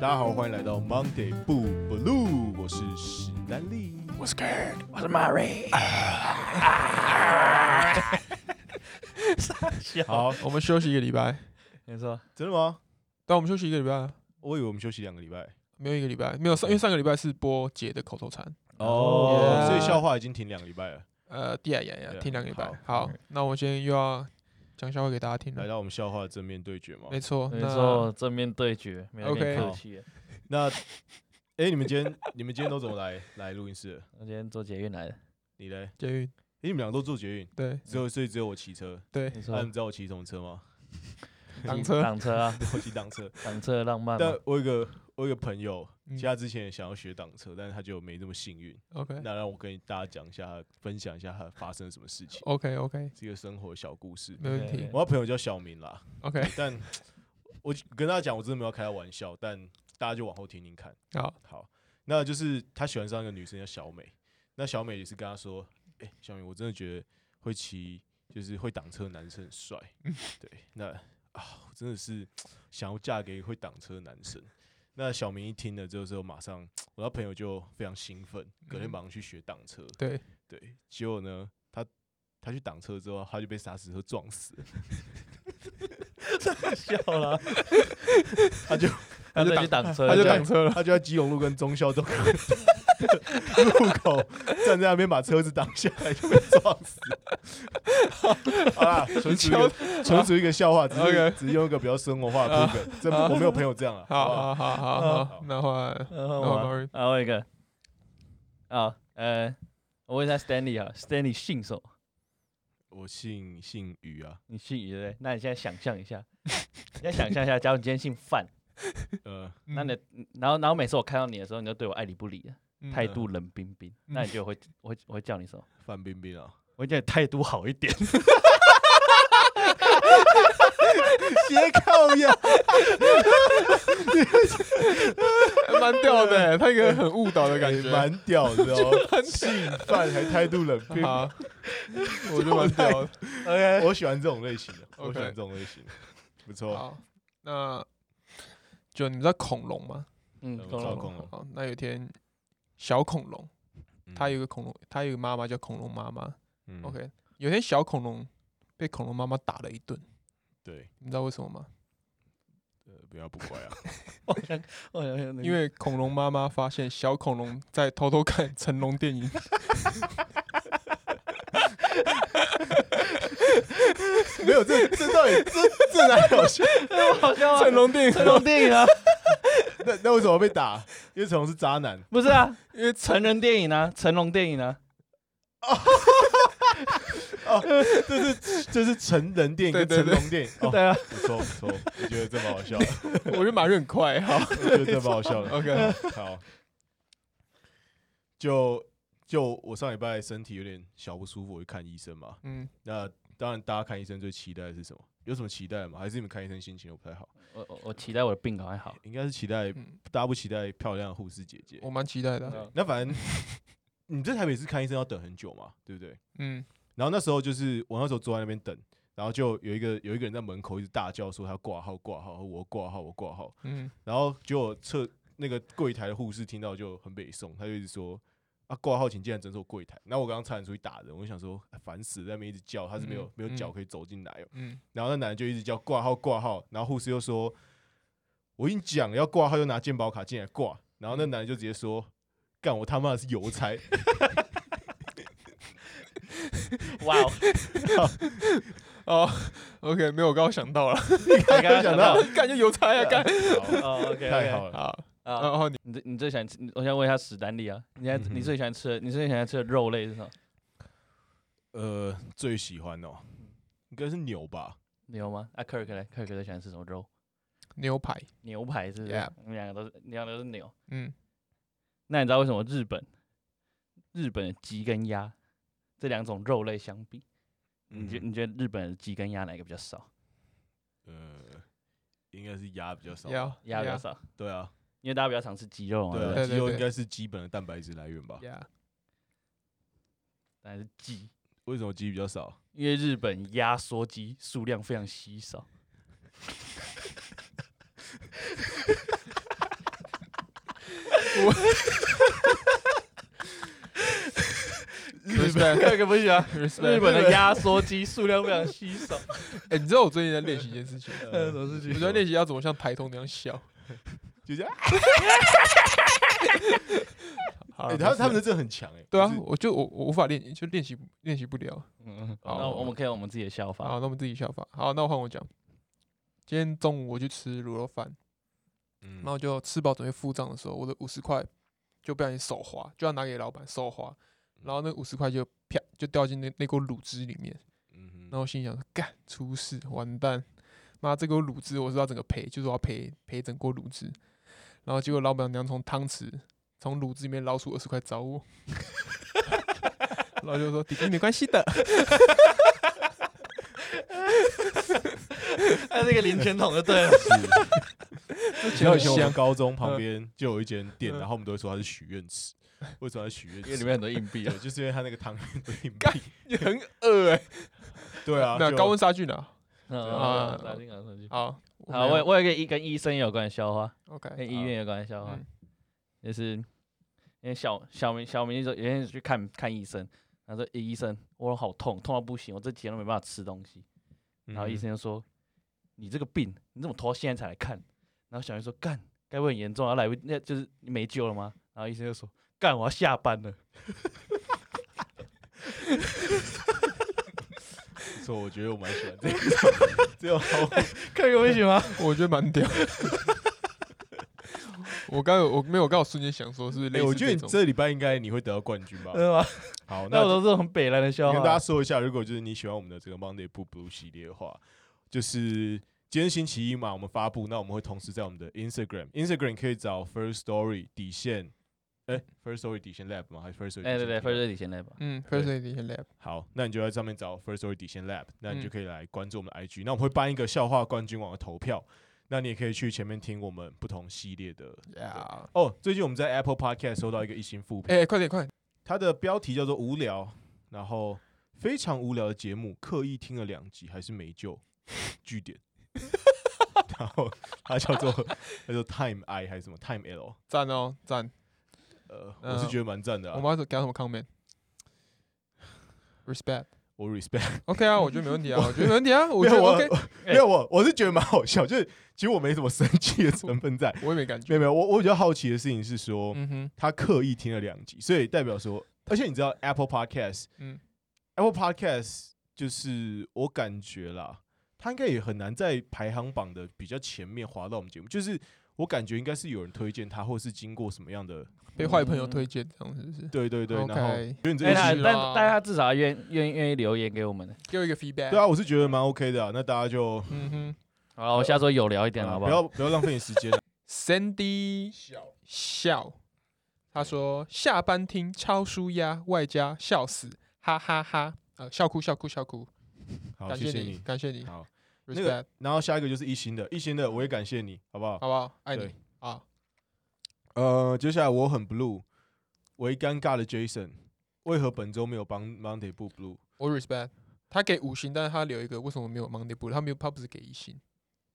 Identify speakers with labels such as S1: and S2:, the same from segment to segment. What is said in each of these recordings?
S1: 大家好，欢迎来到 Monday 不 Blue，我是史丹利。
S2: 我是 Kurt，我是 Mary。
S1: 好，
S2: 我们休息一个礼拜，
S3: 没错，
S1: 真的吗？
S2: 但我们休息一个礼拜啊，
S1: 我以为我们休息两个礼拜
S2: 没有一个礼拜，没有上，因为上个礼拜是播姐的口头禅，
S3: 哦
S1: 所以笑话已经停两个礼拜了。
S2: 呃，第二演呀，
S1: 对啊
S2: 听两个礼拜。
S3: 好
S2: 好，那我今天又要讲笑 话给大家听
S1: 来
S2: 了。
S1: 到我们笑话的正面对决嘛？
S2: 没错，
S3: 没
S2: 那
S3: 错，正面对决，没有
S2: OK
S3: 点客气。
S1: 那，哎、你们今天 你们今天都怎么来来录音室的？
S3: 我今天做捷运来的，
S1: 你嘞？
S2: 捷运，
S1: 哎、你们俩都坐捷运，
S2: 对
S1: 只有所以只有我骑车。
S2: 对，
S3: 没
S1: 那、
S3: 错
S1: 你，们知道我骑什么车吗？
S2: 挡车，
S3: 挡车啊，
S1: 我骑挡车。
S3: 挡车的浪漫嘛
S1: 但。我有一个我有一个朋友，
S2: 嗯
S1: 其实他之前也想要学挡车，但是他就没那么幸运。
S2: ，OK
S1: 那让我跟大家讲一下，分享一下他发生了什么事情，
S2: OK OK，
S1: 是一个生活小故事。
S2: 没问题
S3: 对
S1: 我那朋友叫小明啦，
S2: ，OK，
S1: 但我跟大家讲，我真的没有开他玩笑，但大家就往后听听看。
S2: 好，
S1: 好，那就是他喜欢上一个女生叫小美，那小美也是跟他说：“哎、小美，我真的觉得会骑就是会挡车的男生很 帅。”对，那啊，我真的是想要嫁给会挡车的男生。那小明一听了之后，之后马上我那朋友就非常兴奋，隔天
S2: 嗯
S1: 马上去学挡车。
S2: 对，
S1: 对，结果呢，他他去挡车之后，他就被砂石车撞死了，
S3: 笑了，
S1: 他就
S3: 他
S1: 就挡
S3: 再去挡车，
S1: 他就
S3: 对
S1: 挡车了，他就在基隆路跟忠孝东路口站在那边把车子挡下来，就被撞死。好啦，纯属一个纯属一个笑话，只是
S2: OK
S1: 只是用一个比较生活化的铺梗。这我没有朋友这样啊。不
S2: 好好好好好
S1: 好，
S2: 那换
S3: 然后
S2: 那
S3: 我
S2: 换
S3: 啊
S2: Mary，
S3: 啊，我有一个啊，呃，我问一下 Stanley 啊，Stanley 姓什么？
S1: 我姓姓于啊，
S3: 你姓于对不对？那你现在想象一下，你现在想象一下，假如你今天姓范，
S1: 呃，
S3: 那你然后然后每次我看到你的时候，你就对我爱理不理的，
S2: 嗯
S3: 态度冷冰冰，那你觉得我会我会我会叫你什么？
S1: 范冰冰 啊，
S3: 我会叫你态度好一点。
S1: 斜靠呀，
S2: 嗯蛮屌的，他一个很误导的感
S1: 感觉
S2: 觉，
S1: 哎蛮屌 的哦。姓范还态度冷冰，
S2: 好，我就蛮屌的。
S3: OK，
S1: 我喜欢这种类型的，我喜欢这
S2: OK
S1: 种类型的，不错。
S2: 好，那就你们知道恐龙吗？
S3: 嗯，
S1: 嗯
S3: 恐
S1: 糟
S3: 龙
S1: 糕 恐龙
S2: 好，那有一天小恐龙，
S1: 嗯
S2: 它有一个恐龙，它有一个妈妈叫恐龙妈妈。
S1: 嗯
S2: OK，有一天小恐龙被恐龙妈妈打了一顿，
S1: 对，
S2: 你知道为什么吗？
S1: 呃，不要不乖啊。
S3: 我 想，我想，
S2: 因 为恐龙妈妈发现小恐龙在偷偷看成龙电影。
S1: 没有，这这到底这这哪有笑？
S3: 好啊像
S2: 啊成龙电影，
S3: 成龙电影啊，
S1: 那那为什么被打？因为成龙是渣男。
S3: 不是啊，
S2: 因为 成
S3: 成人电影啊，成龙电影啊，
S1: 这是这是成人电影
S2: 对
S1: 跟
S2: 对
S1: 成
S2: 对
S1: 龙电影，哦，
S3: 对啊，
S1: 不错不错，我觉得这蛮好笑的，
S2: 我就马上很快哈。
S1: 我觉得这蛮好笑的。
S2: OK，
S1: 好，就就我上礼拜身体有点小不舒服，我去看医生嘛。
S2: 嗯，
S1: 那当然，大家看医生最期待的是什么？有什么期待吗？还是你们看医生心情又不太好？
S3: 我我我期待我的病赶快好。
S1: 应该是期待，
S2: 嗯
S1: 大家不期待漂亮的护士姐姐。
S2: 我蛮期待的。
S3: 嗯
S1: 那反正 你在台北市看医生要等很久嘛，对不对？
S2: 嗯，
S1: 然后那时候就是我那时候坐在那边等，然后就有一个有一个人在门口一直大叫说他挂号挂号，我挂号我挂号，
S2: 嗯，
S1: 然后结果侧那个柜台的护士听到就很北宋，他就一直说啊挂号请进来诊所柜台。然后我刚刚差点出去打人，我就想说哎烦死了，在那边一直叫，他是没有、
S2: 嗯
S1: 没有脚
S2: 嗯
S1: 可以走进来哦。
S2: 嗯
S1: 然后那男的就一直叫挂号挂号，然后护士又说我已经讲要挂号，就拿健保卡进来挂。然后
S2: 嗯
S1: 那男的就直接说干我他妈的是邮 差，
S3: 哇哦，
S2: 哦，OK，没有，我刚刚想到了，
S3: 你刚刚
S1: 想到
S2: 感觉邮差啊，干
S1: 好
S3: 哦，OK，
S1: 太好了。
S2: 好，
S3: 啊！
S2: 然后你
S3: 你最你最喜欢吃？我想问一下史丹利啊，你还
S1: 嗯哼
S3: 你最喜欢吃的你最喜欢吃的肉类是什么？
S1: 呃，最喜欢哦，应该是牛吧。
S3: 牛吗？啊，Kirk 呢？Kirk 最喜欢吃什么肉？
S2: 牛排，
S3: 牛排是不是
S2: Yeah？
S3: 你们两个都是，你两个都是牛。
S2: 嗯，
S3: 那你知道为什么日本日本的鸡跟鸭这两种肉类相比，你觉
S1: 嗯
S3: 你觉得日本的鸡跟鸭哪一个比较少？
S1: 呃，应该是鸭比较少吧。
S2: 要
S3: 鸭比较少，
S1: 对啊，
S3: 因为大家比较常吃鸡肉嘛，
S1: 对
S3: 不
S1: 啊，
S2: 对
S1: 鸡肉
S2: 对
S1: 应该是基本的蛋白质来源吧？
S2: 呀，
S3: 但是鸡，
S1: 为什么鸡比较少？
S3: 因为日本压缩鸡数量非常稀少。
S1: 日本
S2: respect
S3: 那个不行啊！日
S2: respect。
S3: 本的压缩机数量非常稀少。
S2: 哎、你知道我最近在练习一件事情，
S3: 呃，什么事
S2: 我
S3: 情？
S2: 在练习要怎么像台通那样笑。
S1: 就这样。
S2: 好
S1: 哎、
S2: 了
S1: 他
S2: 没事
S1: 他们的真的很强哎、
S2: 对啊
S1: 就，是
S2: 我就我我无法练，就练习不练习不了。
S3: 嗯，
S1: 好
S3: 那我们可以有我们自己的笑法。
S2: 好，那我们自己想法。好，那我换我讲。今天中午我去吃卤肉饭，
S1: 嗯
S2: 然后就吃饱准备付账的时候，我的五十块就不小心手滑，就要拿给老板手滑，
S1: 嗯
S2: 然后那五十块就啪就掉进那那锅卤汁里面。
S1: 嗯哼
S2: 然后我心里想说，干出事，完蛋，妈这锅卤汁我是要整个赔，就是我要赔赔整锅卤汁。然后结果老板娘从汤匙从卤汁里面捞出二十块找我， 然后就说弟弟没关 系的，
S3: 那这个零钱桶就对了。
S1: 你知道以
S2: 很
S1: 前我们
S2: 香。
S1: 高中旁
S2: 嗯
S1: 边就有一间店，
S2: 嗯
S1: 然后我们都会说它是许愿池。为什么它是许愿
S3: 因为里
S1: 池？
S3: 面很多硬 币啊
S1: 对，。就是因为它那个汤面的硬
S2: 干
S1: 币。
S2: 也很恶哎、欸，
S1: 对啊，
S2: 那
S1: 就
S2: 高温杀菌啊。
S3: 啊，
S2: 啊
S3: 打进来打进去
S2: 好，
S3: 好，
S2: 没
S3: 我
S2: 有
S3: 有我有一个医跟医生有关的笑话，
S2: OK，
S3: 跟医院有关的笑话
S2: 嗯，
S3: 就是因为小小明小明就有一天去看看医生，他说：“诶医生，我好痛，痛到不行，我这几天都没办法吃东西。”
S1: 嗯
S3: 然后医生就说：“你这个病，你怎么拖到现在才来看？”然后小明说：“干，该不会很严重啊？来不，那就是你没救了吗？”然后医生就说：“干，我要下班了。
S1: 不错，我觉得我蛮喜欢这种这种好玩。”
S3: 看有危险吗？
S2: 我觉得蛮屌。我刚有我没有，我刚有瞬间想说是不是类
S1: 哎，我
S2: 似
S1: 觉得
S2: 这
S1: 你
S2: 种，
S1: 这礼拜应该你会得到冠军吧
S2: 呃
S3: 真？的吗？
S1: 好，
S3: 那
S1: 那
S3: 我都是很北来的笑
S1: 跟大家
S3: 话。
S1: 说一下，如果就是你喜欢我们的这个 Monday Blue Blue 系列的话，就是今天星期一嘛，我们发布，那我们会同时在我们的 Instagram Instagram 可以找 First Story 底线，哎，First Story 底线 Lab 吗？还是 First Story？
S3: 哎，
S1: 底
S3: 对
S1: 线
S3: 对
S1: Lab？
S3: ，First Lady 先来吧。
S2: 嗯
S1: 对
S2: ，First Aid Lab。
S1: 好，那你就在上面找 First Story 底线 Lab，那你就
S2: 嗯
S1: 可以来关注我们的 IG、那我们会办一个笑话冠军网的投票，那你也可以去前面听我们不同系列的。
S2: Yeah
S1: 哦，最近我们在 Apple Podcast 收到一个一星复评，
S2: 哎、快点快点！
S1: 它的标题叫做“无聊”，然后非常无聊的节目，刻意听了两集还是没救，据 点。然后它叫做它叫做 Time I 还是什么 Time L，
S2: 赞哦赞！
S1: 呃，我是觉得蛮赞的、
S2: 嗯我
S1: 啊，
S2: 们要给他什么 comment？Respect。
S1: 我 respect。
S2: OK 啊，我觉得没问题啊，我觉得没问题啊，我
S1: 没
S2: 觉
S1: 有
S2: 得
S1: 我
S2: OK，
S1: 没有我我是觉得蛮好笑，就是其实我没什么生气的成分在，
S2: 我也没感
S1: 没
S2: 觉。
S1: 有没有，我我比较好奇的事情是说，
S2: 嗯哼，
S1: 他刻意听了两集，所以代表说，而且你知道 Apple Podcast，嗯
S2: 嗯
S1: ，Apple Podcast 就是我感觉啦，他应该也很难在排行榜的比较前面滑到我们节目，就是我感觉应该是有人推荐他，或是经过什么样的，
S2: 被坏朋友推荐这样是不是？
S1: 对对嗯对，然后
S2: OK，
S1: 觉得你这
S3: 哎，
S1: 一
S3: 他
S1: 期
S2: 是
S3: 但
S2: 啦
S3: 但他至少要愿愿愿意留言给我们。
S2: 给我一个 feedback。
S1: 对啊，我是觉得蛮 OK 的啊，那大家就
S2: 嗯哼
S3: 好，我下周有聊一点，
S1: 啊
S3: 好
S1: 不
S3: 好？
S1: 要不要浪费你时间了，
S2: ，Sandy
S1: 笑
S2: 笑，他说下班听超舒压，外加笑死，哈哈哈呃，笑哭笑哭笑哭，
S1: 好，
S2: 感
S1: 谢
S2: 谢
S1: 谢
S2: 你，
S1: 你，
S2: 感谢你
S1: 好，那个
S2: ，respect，
S1: 然后下一个就是一心的，一心的我也感谢你，好不好？
S2: 好不好？爱
S1: 对
S2: 你啊！
S1: 呃，接下来我很 blue，为尴尬的 Jason，为何本周没有帮 Monday 不 blue？
S2: 我 respect，他给五星，但是他留一个为什么没有 Monday Blue？他没有，他不是给一星，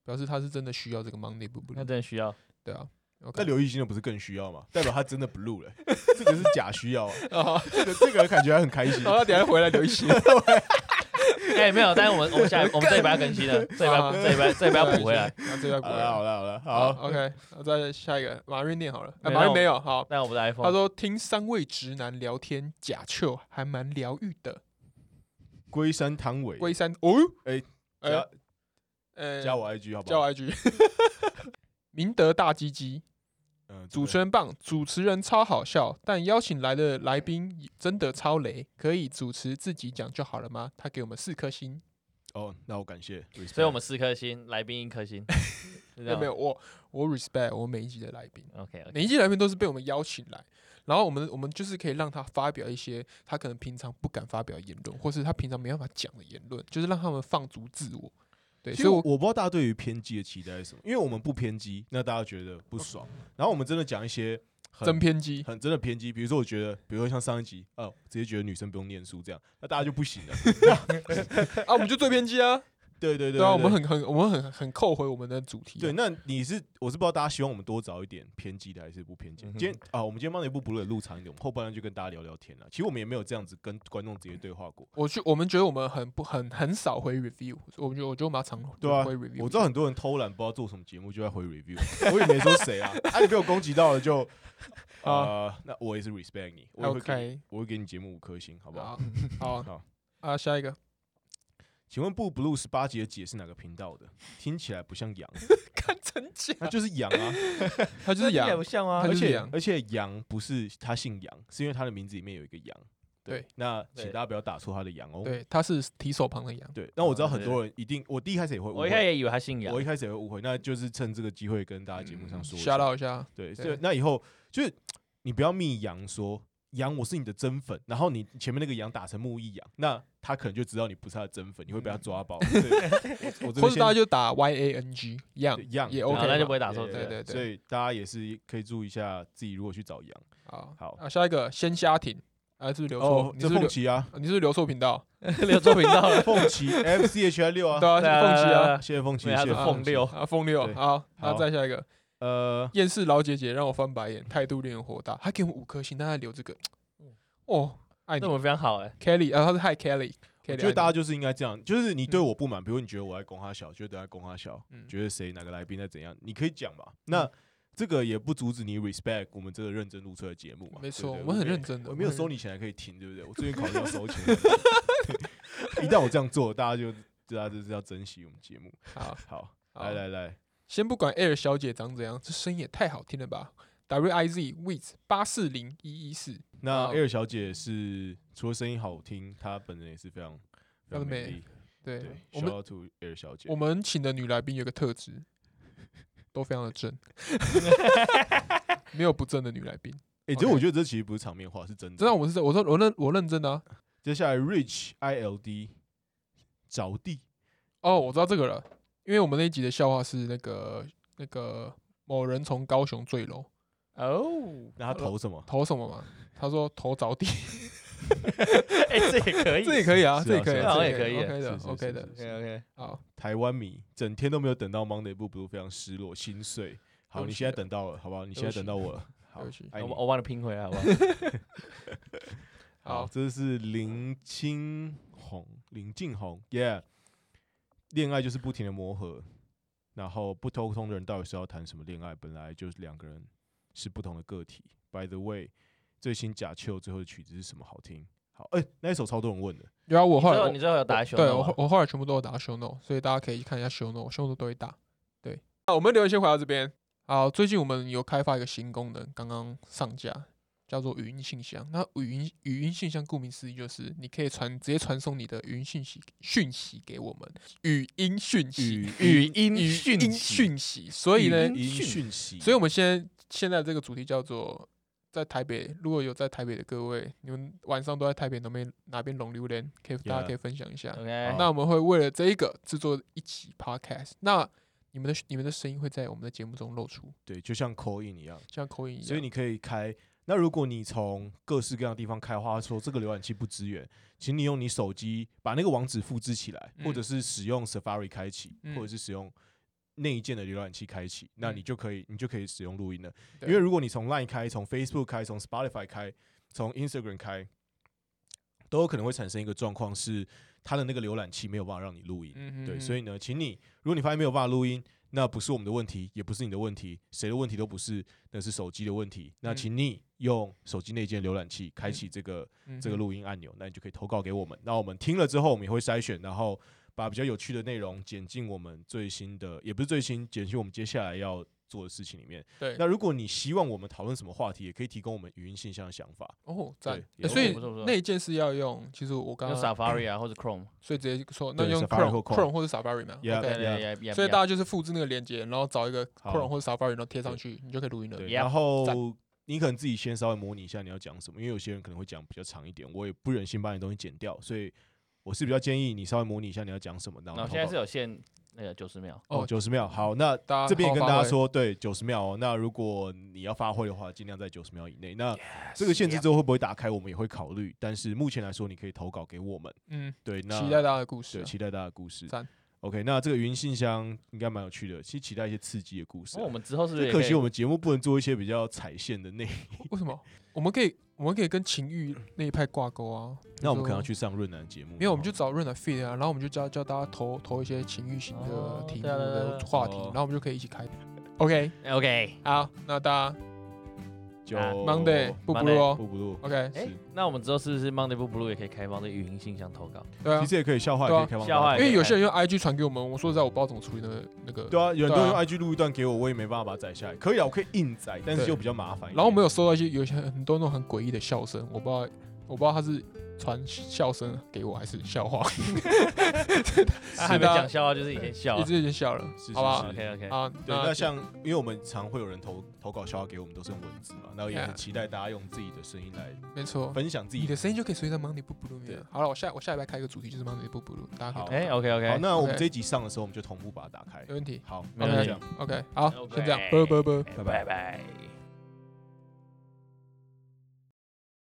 S2: 表示他是真的需要这个 Monday Blue
S3: 那
S2: Blue。
S3: 真的需要。
S2: 对啊
S1: 那
S2: ，OK，
S1: 刘奕星的不是更需要吗？代表他真的 blue 了、这个是假需要、啊，
S2: 啊，
S1: 这个这个感觉还很开心
S2: 然。后他等一下回来留 一星。
S3: 哎，没有，但是我们我们下我们这一把要更新 了，这一把
S2: 啊
S3: 这一把这一把要补回来。
S2: 啊，这个不
S1: 好
S2: 会
S1: 了
S2: 了。
S1: 好了好了，好，
S2: ，OK，那再下一个，马瑞念好了，啊
S3: 没那
S2: 马瑞
S3: 我
S2: 没有好。
S3: 但我们的 iPhone，
S2: 他说听三位直男聊天假臭还蛮疗愈的。
S1: 龟山汤唯，
S2: 龟山哦，
S1: 哎
S2: 呃
S1: 加
S2: 呃，
S1: 加我 IG 好不
S2: 加
S1: 好？
S2: 我 IG，明德大鸡鸡。
S1: 嗯，
S2: 主持人棒，主持人超好笑，但邀请来的来宾也真的超雷，可以主持自己讲就好了吗？他给我们四颗星，
S1: 哦，那我感谢。
S3: 所以我们四颗星，来宾一颗星，是这
S2: 有
S3: 样吗
S2: 没有？我我 respect 我每一集的来宾，
S3: ？OK OK，
S2: 每一集来宾都是被我们邀请来，然后我们我们就是可以让他发表一些他可能平常不敢发表的言论，或是他平常没办法讲的言论，就是让他们放逐自我。对，
S1: 其
S2: 所
S1: 实
S2: 以
S1: 我
S2: 我
S1: 我不知道大家对于偏激的期待是什么，因为我们不偏激，那大家觉得不爽。然后我们真的讲一些很
S2: 真 偏激，
S1: 很真的偏激，比如说我觉得，比如说像上一集，呃， 直接觉得女生不用念书这样，那大家就不行了。
S2: 啊，我们就最偏激啊！
S1: 对对对
S2: 对啊，我们很很我们很很扣回我们的主题啊。
S1: 对。那你是我是不知道大家希望我们多找一点偏激的还是不偏激的？
S3: 嗯哼
S1: 今天啊，我们今天帮那部不论录长一点，我们后半段就跟大家聊聊天了。其实我们也没有这样子跟观众直接对话过。
S2: 我觉我们觉得我们很不很很少回 review，我们觉得我觉得我们要常
S1: 对啊
S2: 回 review。
S1: 我知道很多人偷懒，不知道做什么节目就在回 review，我 也没说谁啊，啊你被我攻击到了就，呃，那我也是 respect 你，我也会给你
S2: 啊 OK，
S1: 我会给你节目五颗星，好不好？
S2: 好 好
S1: 好
S2: 啊，下一个
S1: 请问不 blue 十八集的姐是哪个频道的？听起来不像羊，
S2: 看真假，
S1: 那就是羊啊，
S2: 他就是
S3: 那听起来
S2: 羊
S3: 不，像啊
S1: 而
S2: 他，就是
S1: 且
S2: 羊
S1: 而且羊不是他姓杨，是因为他的名字里面有一个羊。
S2: 对，
S1: 那
S3: 对
S1: 请大家不要打错他的羊哦。
S2: 对，他是提手旁的羊。
S1: 对，那我知道
S3: 嗯
S2: 哦
S1: 很多人一定，我第一开始也会误
S3: 我一开始
S1: 会，
S3: 也以为他姓杨
S1: 我一，开始也会误会，那就是趁这个机会跟大家节目上说一
S2: 吓
S1: 下。
S2: 到一下，
S1: 对，
S2: 嗯对
S1: 所以那以后就是你不要密羊说羊我是你的真粉，然后你前面那个羊打成木易羊，那他可能就知道你不是他的真粉，你会被他抓包。所以我我这
S2: 嗯或
S1: 边
S2: 者
S1: 先
S2: 大家就打 Y A N G 样
S1: 对羊
S2: 也
S1: 对
S2: OK，
S3: 好那就
S2: 嘛
S3: 不会打错字
S2: 对
S3: 了。
S2: 对
S1: 所以大家也是可以注意一下自己，如果去找羊，
S2: 好
S1: 好
S2: 啊，下一个鲜虾艇，啊，是不是留错？你
S1: 这
S2: 是不是
S1: 凤
S2: 留
S1: 琪啊，
S2: 你是不是留错频道？
S3: 留错频道 了，
S1: 凤琪 F C H I 六啊
S2: 对，啊，
S3: 对啊
S2: 凤七
S3: 对啊对
S2: 啊
S3: 啊，
S1: 谢谢凤琪，
S3: 因为他
S1: 谢谢
S3: 是凤六，
S2: 啊，凤六
S1: 对，
S2: 好，那
S1: 好
S2: 再下一个，
S1: 呃，
S2: 厌世老姐姐让我翻白眼，态度令人火大，她给我们五颗星，但她留这个，
S1: 嗯
S2: 哦，爱你
S3: 那我们非常好哎，
S2: Kelly，啊，她是 Hi Kelly，
S1: 我
S2: Kelly，
S1: 觉得大
S2: 爱
S1: 家
S2: 你
S1: 就是应该这样，就是你对我不满，比如你觉得我在攻他小，觉得他攻他小，
S2: 嗯
S1: 觉得谁哪个来宾在怎样，你可以讲嘛。那这个也不阻止你 respect 我们这个认真录出来的节目嘛。
S2: 没错，
S1: 对不
S2: 我
S1: 对
S2: 们很认真的，
S1: 我没有收你钱还可以停，对不对？我最近考虑要 收钱，一旦我这样做，大家就大家就是要珍惜我们节目。
S2: 很认真。好，
S1: 好，
S2: 好
S1: 来来来，
S2: 先不管 Air 小姐长怎样，这声音也太好听了吧。W I Z with 八四零一一四，
S1: 那
S2: 好
S1: Air 小姐是除了声音好听，她本人也是非常非
S2: 她的
S1: 常
S2: 美
S1: 美丽。对
S2: 对我们
S1: ，shout out to Air 小姐
S2: 我。们请的女来宾有个特质，都非常 的正， 没有不正的女来宾。
S1: 哎，其实我
S2: OK
S1: 觉得这其实不是场面话，是真的。
S2: 真的，我是我说我认我认真的啊。
S1: 接下来 Rich I L D 着地，
S2: 哦，我知道这个了，因为我们那一集的笑话是那个那个某人从高雄坠楼，
S3: 哦，
S1: 那他投什么？
S2: 投什么嘛？他说头着 地，
S3: 哎，这也可以，
S2: 这也可以啊，
S1: 是啊
S2: 这也可以
S1: 是啊
S2: 啊，
S3: 是啊
S2: 这，OK 的
S1: 是是
S2: ，OK
S1: 是
S2: 的
S1: 是，
S3: OK OK，
S2: 好，
S1: 台湾迷整天都没有等到 Monday 不不非常失落心碎。好，
S2: 对不
S1: 你
S2: 起
S1: 现在
S2: 啊
S1: 等到了，好不好？你现在等到我了，好
S2: 对不起，
S1: 爱你
S3: 我。我帮你拼回来好不好？
S1: 好，
S2: 好，
S1: 这是林青红，林静红，Yeah。恋爱就是不停的磨合，然后不沟通的人到底是要谈什么恋爱？本来就是两个人是不同的个体。By the way，最新假秋最后的曲子是什么好听？好，哎、那一首超多人问的，
S2: 然后我
S3: 你
S2: 后
S3: 知
S2: 来
S3: 道
S2: 我
S3: 你知道有打球
S2: 对我后我后来全部都有打 show no，所以大家可以看一下 show no，show no 都会打。对，那我们留言先回到这边。好，最近我们有开发一个新功能，刚刚上架，叫做语音信箱。那语音语音信箱顾名思义就是你可以传直接传送你的语音讯息讯息给我们，语音讯息，
S3: 语音
S2: 语
S3: 讯
S2: 音
S3: 息
S2: 讯息。所以呢
S3: 语，
S1: 音
S3: 讯
S1: 讯息，
S2: 所以我们现在现在这个主题叫做。在台北，如果有在台北的各位，你们晚上都在台北哪边哪边龙榴莲，可以大家
S1: Yeah 嗯
S2: 可以分享一下。
S3: OK，
S2: 那我们会为了这一个制作一期 podcast，那你们的你们的声音会在我们的节目中露出，
S1: 对，就像口音一样，
S2: 像口音一样。
S1: 所以你可以开。那如果你从各式各样的地方开花，说这个浏览器不支援，请你用你手机把那个网址复制起来，
S2: 嗯
S1: 或者是使用 Safari 开启，
S2: 嗯
S1: 或者是使用内建的浏览器开启，那你就可以你就可以使用录音了。因
S2: 对
S1: 为如果你从 Line 开、从 Facebook 开、从 Spotify 开、从 Instagram 开，都有可能会产生一个状况是，它的那个浏览器没有办法让你录音。
S2: 嗯
S1: 对，所
S2: 以
S1: 以呢，请你，如果你发现没有办法录音，那不是我们的问题，也不是你的问题，谁的问题都不是，那是手机的问题。那
S2: 嗯
S1: 请你用手机内建浏览器开
S2: 嗯
S1: 启这个、这个录音按钮，那你就可以投稿给我们。那我们听了之后，我们也会筛选，然后把比较有趣的内容剪进我们最新的，也不是最新，剪进我们接下来要做的事情里面。
S2: 对
S1: 那如果你希望我们讨论什么话题，也可以提供我们语音信箱的想法。
S2: 哦赞
S1: 对、
S2: 欸
S1: 也
S2: 所以
S3: 不错不错
S2: 那一件事要用，其实我刚
S3: 用
S2: 刚
S3: Safari 啊或者 Chrome，
S2: 所以直接说那
S1: 对
S2: 用
S1: Safari 或
S2: Chrome
S1: Chrome
S2: Chrome 或者 Safari 嘛
S1: Yeah，
S2: OK
S1: 对
S2: 所以
S3: 家
S2: 大家就是复制那个链接，然后找一个
S1: 好
S2: Chrome 或者 Safari，然后贴上去，你就可以录音了。
S1: 对，
S3: Yep，
S1: 然
S2: 赞
S1: 后你可能自己先稍微模拟一下你要讲什么，因为有些人可能会讲比较长一点，我也不忍心把你的东西剪掉，所以我是比较建议你稍微模拟一下你要讲什么。然
S3: 然
S1: 后
S3: 后现在是有限那个九十秒，
S1: 哦九十秒，好，那
S2: 大家
S1: 这边也
S2: 好
S1: 跟
S2: 好
S1: 大
S2: 发
S1: 家
S2: 挥，
S1: 说，对九十秒哦。那如果你要发挥的话，尽量在九十秒以内。那这个限制之后会不会打开，我们也会考虑，但是目前来说，你可以投稿给我们。
S2: 嗯，
S1: 对，那
S2: 期待大家的故事
S1: 对
S2: 啊。
S1: 期待大家的故事
S2: 赞。
S1: OK，那这个云信箱应该蛮有趣的，其实期待一些刺激的故事
S3: 那
S1: 啊、
S3: 哦我们之后是不是
S1: 就
S3: 也
S1: 可
S3: 可以
S1: 惜我们节目不能做一些比较踩线的内容，
S2: 为什么？我们可以，我们可以跟情欲那一派挂钩啊。
S1: 那我们
S2: 比
S1: 可
S2: 如说
S1: 能要，去上润南节目。哦
S2: 没有，我们就
S1: 然后
S2: 找润奶 fit 啊，然后我们就教教大家投投一些情欲型的
S3: 哦
S2: 题目
S3: 对啊对啊对啊
S2: 的话题，
S1: 哦
S2: 然后我们就可以一起开。OK，
S3: ？OK，
S2: 好，那大家
S1: 就
S3: 啊
S2: Monday 不不
S3: Monday
S2: 录哦
S1: 不不录，
S2: ，OK，
S3: 哎、
S1: 是
S3: 那我们之后是不是 Monday Blue Blue 也可以开放这语音信箱投稿？
S2: 对啊
S1: 其，实也可以笑话，也
S2: 对啊
S1: 可以开放
S3: 笑话
S1: 大
S3: 也
S1: 家
S2: 因为有些人用 IG 传给我们，我说实在我不知道怎么处理那个那个。
S1: 对啊，有很多人
S2: 对
S1: 用
S2: 啊
S1: IG 录一段给我，我也没办法把它载下来。可以啊，我可以硬载，但是
S2: 对
S1: 就比较麻烦一点。
S2: 然后我们有收到一些有些很多那种很诡异的笑声，我不知道，我不知道他是传笑声给我还是笑话，
S3: 啊、还没
S2: 的啊
S3: 讲笑话，就是已经笑
S2: 一
S3: 了。
S2: 直就笑了
S1: 是，是
S2: 好不好
S1: 是？
S3: OK OK，
S2: 好，
S1: 对，那像因为我们常会有人投投稿笑话给我们，都是用文字嘛，然后也
S2: Yeah
S1: 很期待大家用自己的声音来
S2: 没错，
S1: 分享自
S2: 啊哦你
S1: 己
S2: 的。声音就可以随着 Monday 不 blue 里
S1: 对
S2: 面。好了，我下我下礼拜开一个主题就是 Monday 不 blue，大家可
S1: 好
S2: 以
S3: 哎、OK
S1: 好，
S3: OK，
S1: 那我们
S2: OK
S1: 这一集上的时候，我们就同步把它打开
S2: 没。问题。
S1: 好，那
S3: 没
S1: 就这
S2: 问题
S1: 样。
S2: OK，好，
S3: OK
S2: 先这样，啵啵啵。
S1: 拜
S3: 拜拜。